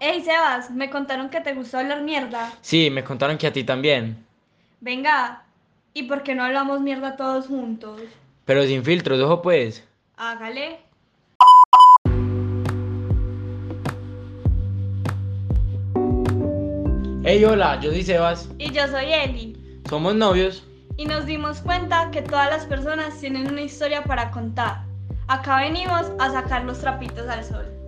Hey Sebas, me contaron que te gusta hablar mierda. Sí, me contaron que a ti también, Venga, ¿y por qué no hablamos mierda todos juntos? pero sin filtros, ojo pues. Hágale. Hey, hola, yo soy Sebas, Y yo soy Eli, somos novios. y nos dimos cuenta que todas las personas tienen una historia para contar. Acá venimos a sacar los trapitos al sol.